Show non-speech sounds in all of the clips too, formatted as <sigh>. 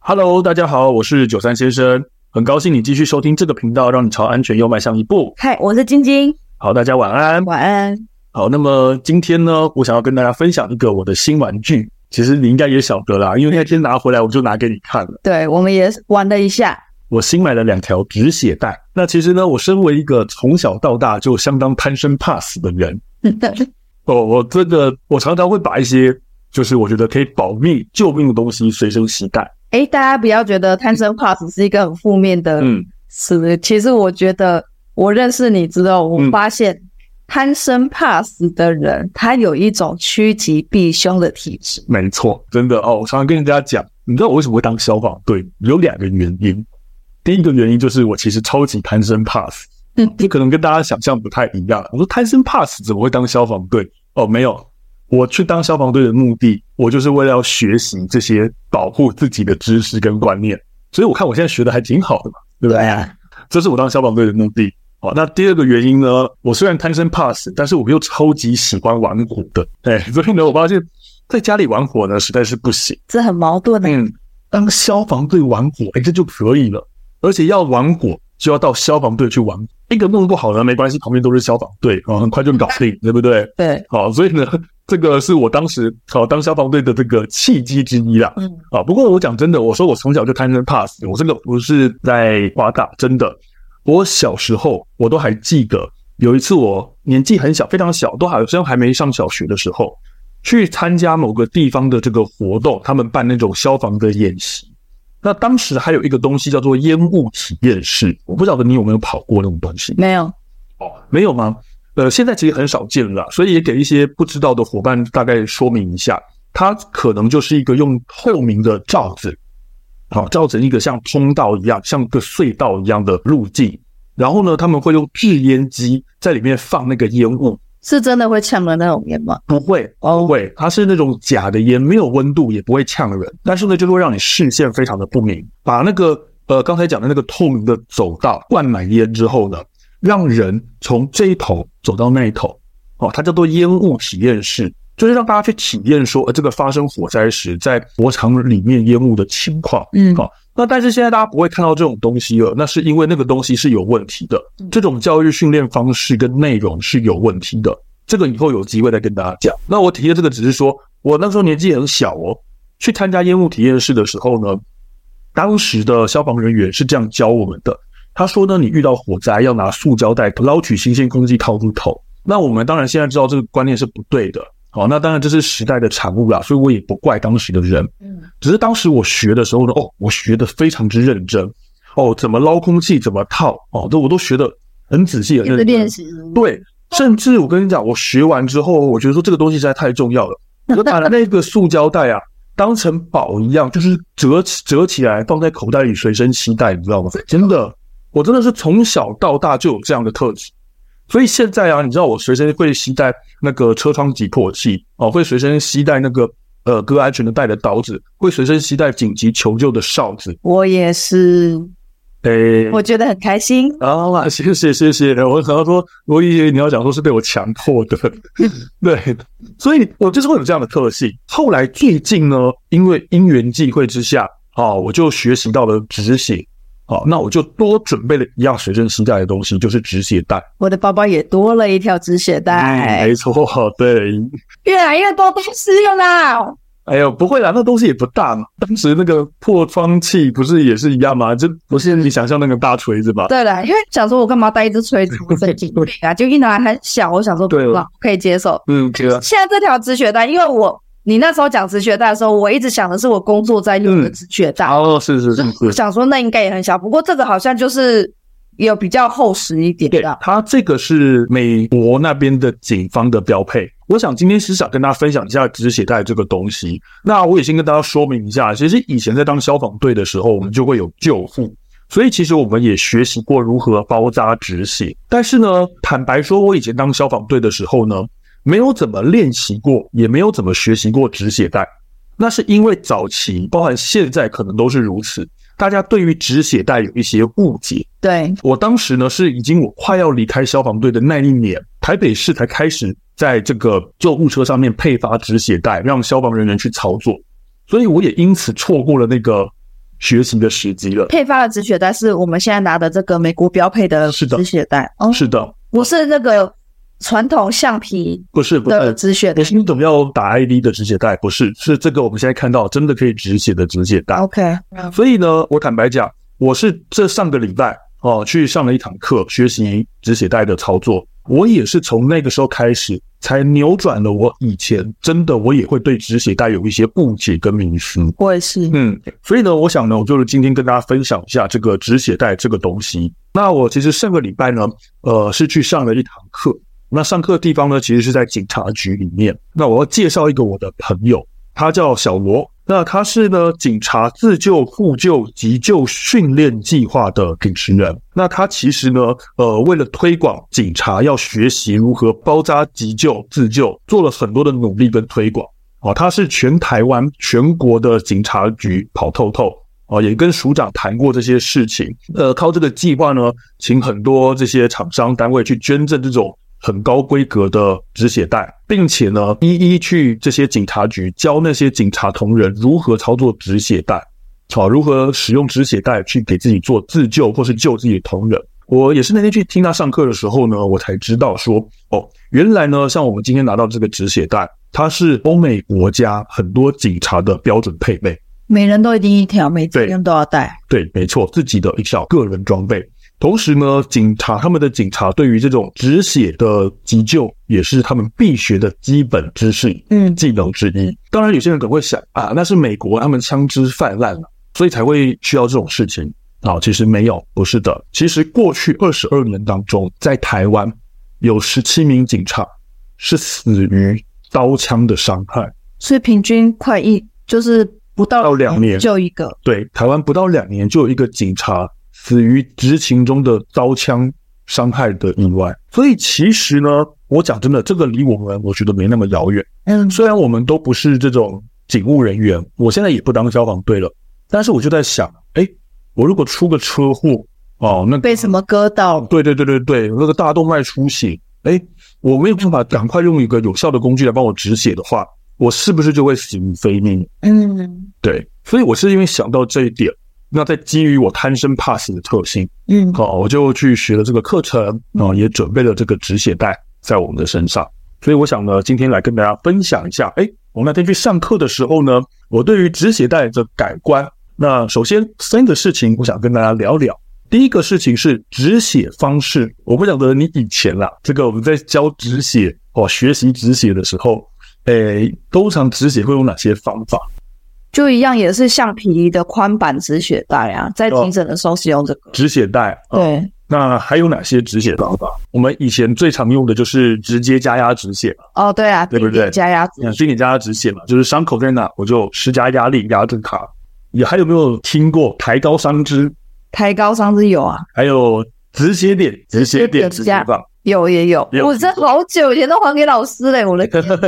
Hello，大家好，我是九三先生，很高兴你继续收听这个频道，让你朝安全又迈向一步。嗨，我是晶晶，好，大家晚安。晚安。好，那么今天呢，我想要跟大家分享一个我的新玩具，其实你应该也晓得啦，因为那天拿回来我就拿给你看了。对，我们也玩了一下， <laughs> 我新买了两条止血带。那其实呢，我身为一个从小到大就相当贪生怕死的人，哦，我这个我常常会把一些就是我觉得可以保命、救命的东西随身携带。哎，大家不要觉得贪生怕死是一个很负面的嗯词。其实我觉得，我认识你之后，我嗯发现贪生怕死的人，他有一种趋吉避凶的体质。 <laughs> 没错，真的哦，我常常跟人家讲，你知道我为什么会当消防队？有两个原因。第一个原因就是我其实超级贪生怕死，嗯，这可能跟大家想象不太一样。我说贪生怕死怎么会当消防队？哦，没有，我去当消防队的目的，我就是为了要学习这些保护自己的知识跟观念。所以我看我现在学的还挺好的嘛，对不对？啊，这是我当消防队的目的。好，那第二个原因呢？我虽然贪生怕死，但是我又超级喜欢玩火的，哎，所以呢，我发现在家里玩火呢实在是不行。这很矛盾的。啊嗯，当消防队玩火，哎，这就可以了。而且要玩火，就要到消防队去玩。一个弄不好呢，没关系，旁边都是消防队啊、哦很快就搞定，对不对？对， <laughs> 好，所以呢，这个是我当时好、当消防队的这个契机之一啦。嗯，啊，不过我讲真的，我说我从小就贪生怕死，我这个不是在夸大，真的。我小时候我都还记得，有一次我年纪很小，非常小，都好像还没上小学的时候，去参加某个地方的这个活动，他们办那种消防的演习。那当时还有一个东西叫做烟雾体验室，我不晓得你有没有跑过那种东西。没有，哦，没有吗？呃，现在其实很少见了啦，所以也给一些不知道的伙伴大概说明一下，它可能就是一个用透明的罩子，好、罩成一个像通道一样、像个隧道一样的路径，然后呢，他们会用制烟机在里面放那个烟雾，是真的会呛的那种烟吗？不会不哦，会，它是那种假的烟，没有温度，也不会呛人，但是呢，就会让你视线非常的不明。把那个呃刚才讲的那个透明的走道灌满烟之后呢，让人从这一头走到那一头，哦，它叫做烟雾体验室，就是让大家去体验说，呃，这个发生火灾时在火场里面烟雾的情况。嗯好、那但是现在大家不会看到这种东西了，那是因为那个东西是有问题的，这种教育训练方式跟内容是有问题的。这个以后有机会再跟大家讲。那我体验这个只是说，我那时候年纪很小哦，去参加烟雾体验室的时候呢，当时的消防人员是这样教我们的。他说呢，你遇到火灾要拿塑胶袋捞取新鲜空气套住头。那我们当然现在知道这个观念是不对的，好，那当然这是时代的产物啦，所以我也不怪当时的人。嗯，只是当时我学的时候呢，哦，我学的非常之认真，哦，怎么捞空气，怎么套，哦，这我都学的很仔细，很也认是真。练习。对，甚至我跟你讲，我学完之后，我觉得说这个东西实在太重要了，我就把那个塑胶袋啊当成宝一样，就是折起折起来放在口袋里随身携带，你知道吗？真的，我真的是从小到大就有这样的特质。所以现在啊，你知道我随身会携带那个车窗挤破器哦，会随身携带那个呃割安全的带的刀子，会随身携带紧急求救的哨子。 <laughs> 我也是，诶、我觉得很开心。啊，谢谢谢谢，我想要说，我以为你要讲说是被我强迫的， <laughs> 对，所以我就是会有这样的特性。后来最近呢，因为因缘际会之下，啊，我就学习到了止血，好、那我就多准备了一样随身携带的东西，就是止血带。嗯我的包包也多了一条止血哎带，没错，对。越来越多东西了啦。哎呦，不会啦，那东西也不大嘛。当时那个破窗器不是也是一样吗？这不是你想象那个大锤子吧？对了，因为想说我干嘛带一只锤子，我神经病啊！就一拿很小，我想说对了哇可以接受。嗯，对啊，现在这条止血带，因为我你那时候讲止血带的时候，我一直想的是我工作在用的止血带，哦，是是是是我，想说那应该也很小，不过这个好像就是有比较厚实一点对的，。它这个是美国那边的警方的标配。我想今天是想跟大家分享一下止血带这个东西。那我也先跟大家说明一下，其实以前在当消防队的时候，我们就会有救护，所以其实我们也学习过如何包扎止血。但是呢，坦白说，我以前当消防队的时候呢，没有怎么练习过，也没有怎么学习过止血带。那是因为早期，包含现在可能都是如此，大家对于止血带有一些误解。对，我当时呢是已经我快要离开消防队的那一年，台北市才开始在这个救护车上面配发止血带，让消防人员去操作，所以我也因此错过了那个学习的时机了。配发的止血带是我们现在拿的这个美国标配的是的止血带，哦，是的，不是那个传统橡皮不是不的是。止血带呃不是那种要打 ID 的止血带，不是，是这个我们现在看到真的可以止血的止血带。 ？OK，嗯所以呢，我坦白讲，我是这上个礼拜哦去上了一堂课，学习止血带的操作。我也是从那个时候开始，才扭转了我以前真的我也会对止血带有一些误解跟迷失。我也是，嗯，所以呢，我想呢，我就是今天跟大家分享一下这个止血带这个东西。那我其实上个礼拜呢，呃，是去上了一堂课。那上课的地方呢，其实是在警察局里面。那我要介绍一个我的朋友，他叫小罗。那他是呢警察自救互救急救训练计划的主持人。那他其实呢，呃，为了推广警察要学习如何包扎急救自救，做了很多的努力跟推广。哦，他是全台湾全国的警察局跑透透哦，也跟署长谈过这些事情。呃，靠这个计划呢，请很多这些厂商单位去捐赠这种很高规格的止血带，并且呢，一一去这些警察局教那些警察同仁如何操作止血带。好，如何使用止血带去给自己做自救或是救自己的同仁。我也是那天去听他上课的时候呢，我才知道说，哦，原来呢，像我们今天拿到这个止血带，它是欧美国家很多警察的标准配备。每人都一定一条，每次对用都要带。对，没错，自己的一小个人装备。同时呢，警察他们的警察对于这种止血的急救也是他们必学的基本知识嗯技能之一。当然，有些人可能会想啊，那是美国他们枪支泛滥了，所以才会需要这种事情啊。其实没有，不是的。其实过去二十二年当中，在台湾有十七名警察是死于刀枪的伤害。所以平均快一就是不到到两年就一个，对，台湾不到两年就有一个警察死于执勤中的刀枪伤害的意外，所以其实呢，我讲真的，这个离我们我觉得没那么遥远。嗯，虽然我们都不是这种警务人员，我现在也不当消防队了，但是我就在想，哎，我如果出个车祸哦，那被什么割到？对对对对对，那个大动脉出血，哎，我没有办法赶快用一个有效的工具来帮我止血的话，我是不是就会死于非命？嗯对，所以我是因为想到这一点，那在基于我贪生怕死的特性，嗯，哦，我就去学了这个课程，哦，也准备了这个止血带在我们的身上。所以我想呢，今天来跟大家分享一下，哎，我那天去上课的时候呢，我对于止血带的改观。那首先三个事情，我想跟大家聊聊。第一个事情是止血方式，我不晓得你以前啦，这个我们在教止血哦，学习止血的时候，诶，通常止血会有哪些方法？就一样也是橡皮的宽版止血带啊，在哦急诊的时候使用这个。止血带，啊对，那还有哪些止血方法？我们以前最常用的就是直接加压止血嘛，哦对啊，对不对冰点加压止嗯，经典加压止血嘛，就是伤口在哪，我就施加压力压住它。也还有没有听过抬高伤肢，抬高伤是有啊，还有止血点、止血点、止止血血点棒？有也有也，有我这好久以前都还给老师嘞，<laughs> 我的天哪！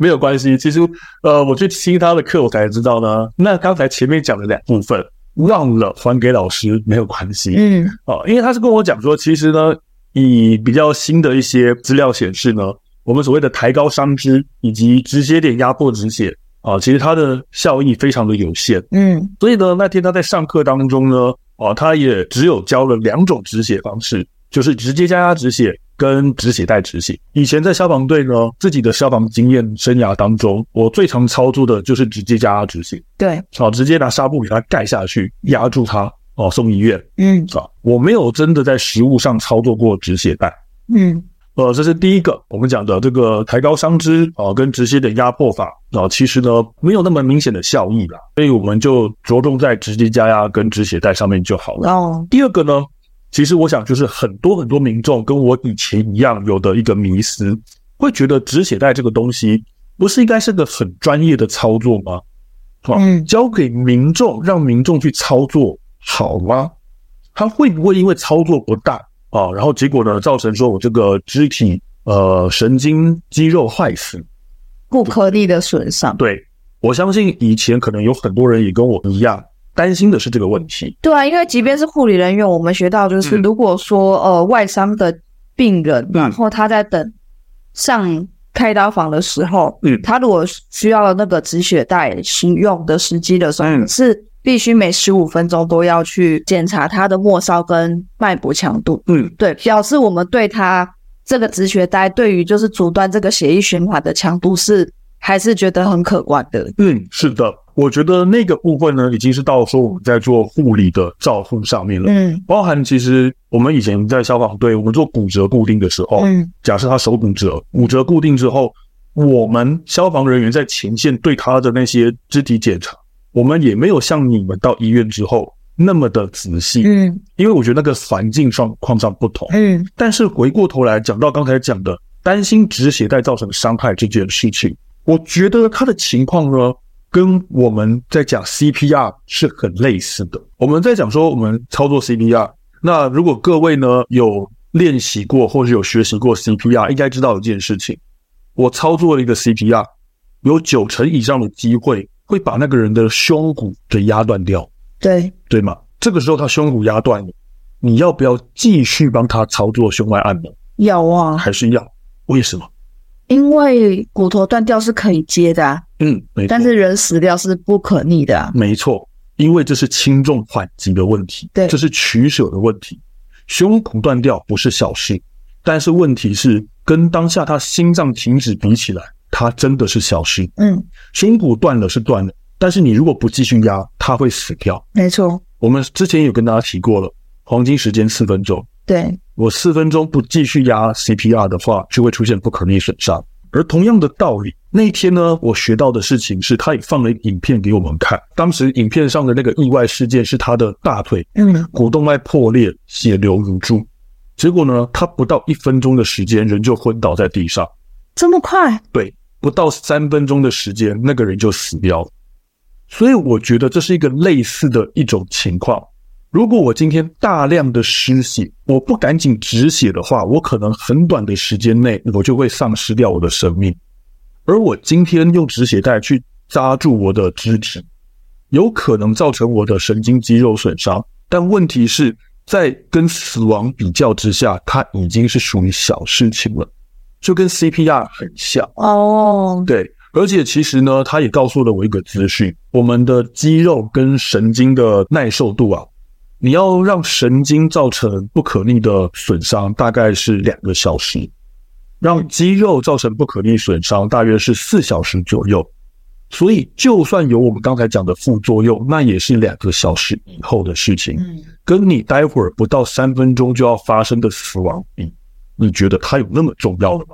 没有关系。其实，呃，我去听他的课，我才知道呢。那刚才前面讲的两部分，忘了还给老师没有关系。嗯，哦，因为他是跟我讲说，其实呢，以比较新的一些资料显示呢，我们所谓的抬高伤肢以及直接点压迫止血啊、其实它的效益非常的有限。嗯，所以呢，那天他在上课当中呢，哦，他也只有教了两种止血方式，就是直接加压止血跟止血带止血。以前在消防队呢，自己的消防经验生涯当中，我最常操作的就是直接加压止血，对，好、直接拿纱布给它盖下去，压住它，哦，送医院。嗯啊，我没有真的在实物上操作过止血带。嗯，呃，这是第一个，我们讲的这个抬高伤肢啊、跟直接的压迫法啊、其实呢没有那么明显的效益啦，所以我们就着重在直接加压跟止血带上面就好了。然后第二个呢，其实我想就是很多很多民众跟我以前一样有的一个迷思，会觉得止血带这个东西不是应该是个很专业的操作吗？啊嗯交给民众，让民众去操作好吗？他会不会因为操作不当啊，然后结果呢，造成说我这个肢体呃神经肌肉坏死？骨颗粒的损伤，对我相信以前可能有很多人也跟我一样担心的是这个问题。对啊，因为即便是护理人员，我们学到就是，嗯如果说呃外伤的病人，嗯然后他在等上开刀房的时候，嗯他如果需要那个止血带使用的时机的时候，嗯是必须每十五分钟都要去检查他的末梢跟脉搏强度。嗯，对，表示我们对他这个直觉呆对于就是阻断这个血液循环的强度是还是觉得很可观的。嗯，是的，我觉得那个部分呢，已经是到说我们在做护理的照护上面了，嗯包含其实我们以前在消防队，我们做骨折固定的时候，嗯假设他手骨折，骨折固定之后，我们消防人员在前线对他的那些肢体检查，我们也没有像你们到医院之后那么的仔细，嗯因为我觉得那个环境状况上不同。嗯但是回过头来讲到刚才讲的担心止血带造成伤害这件事情，我觉得他的情况呢，跟我们在讲 CPR 是很类似的。我们在讲说我们操作 CPR，那如果各位呢有练习过或是有学习过 CPR，应该知道一件事情：我操作了一个 CPR，有九成以上的机会会把那个人的胸骨给压断掉。对，对吗？这个时候他胸骨压断了，你要不要继续帮他操作胸外按摩？有啊，还是要？为什么？因为骨头断掉是可以接的、啊，嗯，没错，但是人死掉是不可逆的、啊。没错，因为这是轻重缓急的问题，对这是取舍的问题。胸骨断掉不是小事，但是问题是跟当下他心脏停止比起来，它真的是小事。嗯，胸骨断了是断了，但是你如果不继续压，它会死掉。没错，我们之前有跟大家提过了，黄金时间四分钟，对，我四分钟不继续压 CPR 的话，就会出现不可逆损伤。而同样的道理，那一天呢，我学到的事情是，他也放了一个影片给我们看。当时影片上的那个意外事件是他的大腿嗯股动脉破裂，血流如注。结果呢，他不到一分钟的时间，人就昏倒在地上。这么快？对，不到三分钟的时间，那个人就死掉了。所以我觉得这是一个类似的一种情况。如果我今天大量的失血，我不赶紧止血的话，我可能很短的时间内我就会丧失掉我的生命。而我今天用止血带去扎住我的肢体，有可能造成我的神经肌肉损伤。但问题是在跟死亡比较之下，它已经是属于小事情了，就跟 CPR 很像。哦，对，而且其实呢，他也告诉了我一个资讯：我们的肌肉跟神经的耐受度啊，你要让神经造成不可逆的损伤，大概是两个小时；让肌肉造成不可逆损伤，大约是四小时左右。所以，就算有我们刚才讲的副作用，那也是两个小时以后的事情，嗯，跟你待会儿不到三分钟就要发生的死亡比，你觉得它有那么重要吗？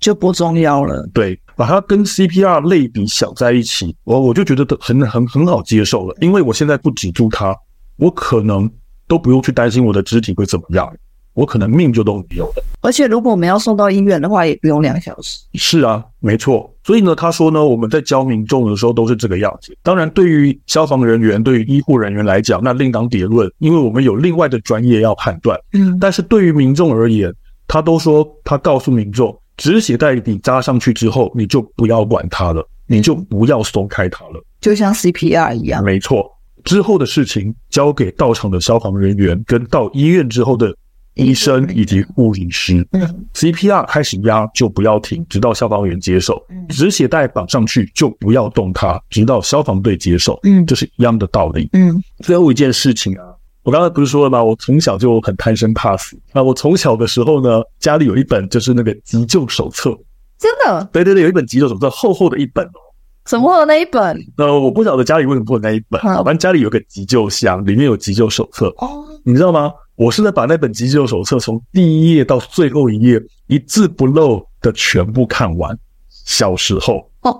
就不重要了。对，把它跟 CPR 类比想在一起，我我就觉得很很很好接受了，因为我现在不止住它，我可能都不用去担心我的肢体会怎么样，我可能命就都没有了。而且如果我们要送到医院的话，也不用两小时。是啊，没错。所以呢，他说呢，我们在教民众的时候都是这个样子。当然，对于消防人员、对于医护人员来讲，那另当别论，因为我们有另外的专业要判断。嗯，但是对于民众而言，他都说他告诉民众，止血带你扎上去之后，你就不要管它了，你就不要松开它了。就像 CPR 一样。没错，之后的事情交给到场的消防人员跟到医院之后的医生以及护理师。嗯 CPR 开始压就不要停，直到消防员接手嗯；止血带绑上去就不要动它，直到消防队接手。嗯这是一样的道理。嗯最后一件事情啊，我刚才不是说了吗？我从小就很贪生怕死。那我从小的时候呢，家里有一本就是那个急救手册，真的？对对对，有一本急救手册，厚厚的一本哦。怎么会有那一本？那我不晓得家里为什么会有那一本，啊嗯反正家里有个急救箱，里面有急救手册，哦，你知道吗？我是在把那本急救手册从第一页到最后一页一字不漏的全部看完。小时候，哦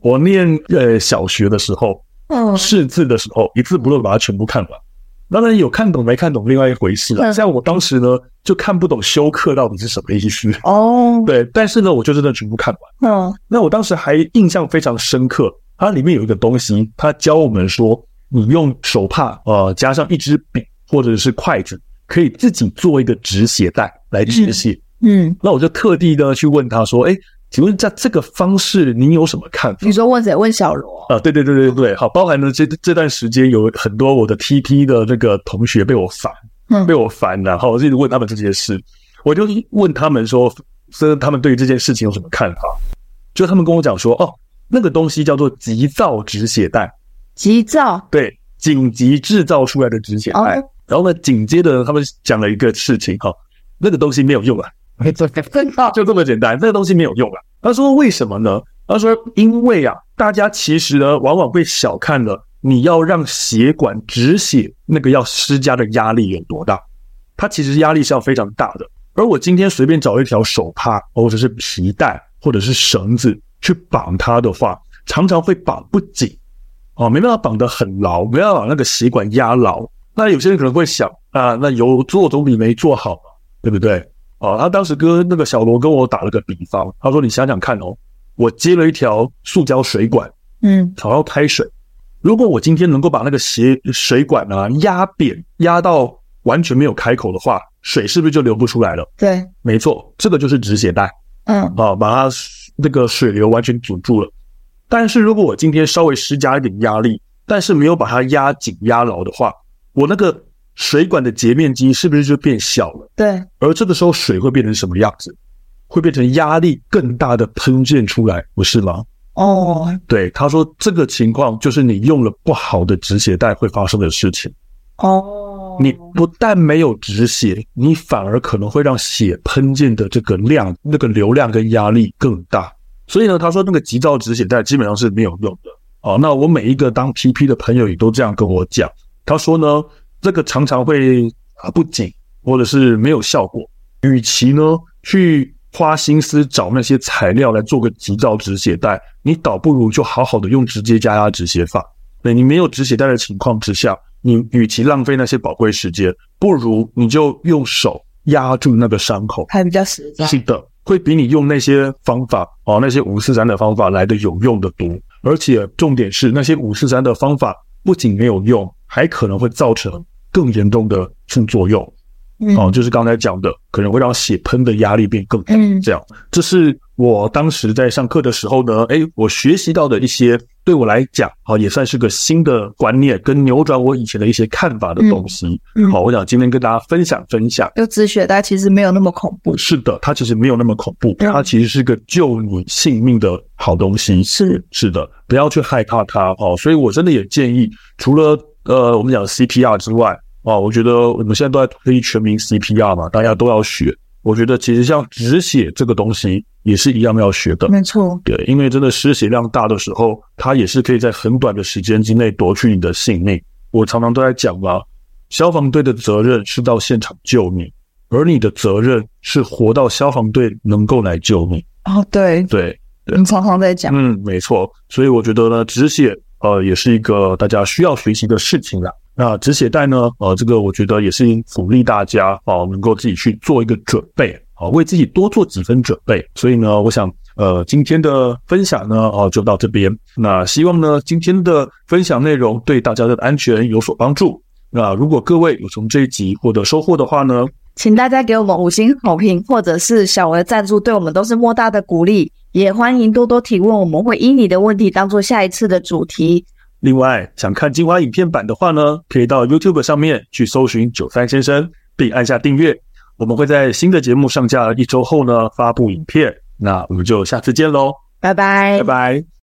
我念呃小学的时候，嗯，识字的时候，一字不漏地把它全部看完。当然有看懂没看懂另外一回事了。嗯像我当时呢，就看不懂休克到底是什么意思。 <laughs> 哦，对，但是呢，我就真的全部看完。嗯那我当时还印象非常深刻，它里面有一个东西，它教我们说，你用手帕呃加上一支笔或者是筷子，可以自己做一个止血带来止血。嗯，那我就特地呢去问他说，哎，请问在这个方式你有什么看法？你说问谁？问小罗。啊，对对对对对，好，包含了这这段时间有很多我的 TP 的那个同学被我烦，嗯被我烦了，然后我就一直问他们这件事，我就问他们说，这他们对于这件事情有什么看法？就他们跟我讲说，哦，那个东西叫做急躁止血带，急躁。对，紧急制造出来的止血带。哦然后呢，紧接着他们讲了一个事情哈、那个东西没有用啊，真的就这么简单，那个东西没有用啊。他说为什么呢？他说因为啊，大家其实呢往往会小看了你要让血管止血那个要施加的压力有多大，它其实压力是要非常大的。而我今天随便找一条手帕，或者是皮带，或者是绳子去绑它的话，常常会绑不紧，哦，没办法绑得很牢，没办法把那个血管压牢。那有些人可能会想啊，那有做总比没做好嘛，对不对？哦，他当时跟那个小罗跟我打了个比方，他说：“你想想看哦，我接了一条塑胶水管，嗯，想要开水，如果我今天能够把那个斜水管啊压扁，压到完全没有开口的话，水是不是就流不出来了？对，没错，这个就是止血带嗯啊，把它那个水流完全阻住了。但是如果我今天稍微施加一点压力，但是没有把它压紧压牢的话，我那个水管的截面积是不是就变小了？”对，而这个时候水会变成什么样子？会变成压力更大的喷溅出来，不是吗？哦，对，他说这个情况就是你用了不好的止血带会发生的事情。哦，你不但没有止血，你反而可能会让血喷溅的这个量、那个流量跟压力更大。所以呢，他说那个急躁止血带基本上是没有用的。哦，那我每一个当 PP 的朋友也都这样跟我讲，他说呢，这个常常会啊不紧，或者是没有效果。与其呢去花心思找那些材料来做个急躁止血带，你倒不如就好好的用直接加压止血法。对你没有止血带的情况之下，你与其浪费那些宝贵时间，不如你就用手压住那个伤口。还比较实在，是的，会比你用那些方法哦，那些五四三的方法来的有用的多。而且重点是，那些五四三的方法不仅没有用，还可能会造成更严重的副作用嗯哦，就是刚才讲的，可能会让血喷的压力变更大。嗯这样，这是我当时在上课的时候呢，诶，我学习到的一些对我来讲，好也算是个新的观念，跟扭转我以前的一些看法的东西。嗯嗯好，我想今天跟大家分享分享。就止血带其实没有那么恐怖，是的，它其实没有那么恐怖，嗯它其实是个救你性命的好东西。是是的，不要去害怕它哦。所以我真的也建议，除了呃我们讲 CPR 之外，哦，我觉得我们现在都在推全民 CPR 嘛，大家都要学。我觉得其实像止血这个东西也是一样要学的。没错，对，因为真的失血量大的时候，它也是可以在很短的时间之内夺去你的性命。我常常都在讲嘛，消防队的责任是到现场救你，而你的责任是活到消防队能够来救你。哦，对，对，对你常常在讲，嗯，没错。所以我觉得呢，止血呃也是一个大家需要学习的事情啦。那止血带呢，呃，这个我觉得也是鼓励大家哦、能够自己去做一个准备，啊、为自己多做几分准备。所以呢，我想呃今天的分享呢，哦、就到这边。那希望呢今天的分享内容对大家的安全有所帮助。那如果各位有从这一集获得收获的话呢，请大家给我们五星好评或者是小额赞助，对我们都是莫大的鼓励。也欢迎多多提问，我们会依你的问题当做下一次的主题。另外，想看精华影片版的话呢，可以到 YouTube 上面去搜寻“九三先生”，并按下订阅。我们会在新的节目上架一周后呢发布影片。那我们就下次见喽，拜拜，拜拜。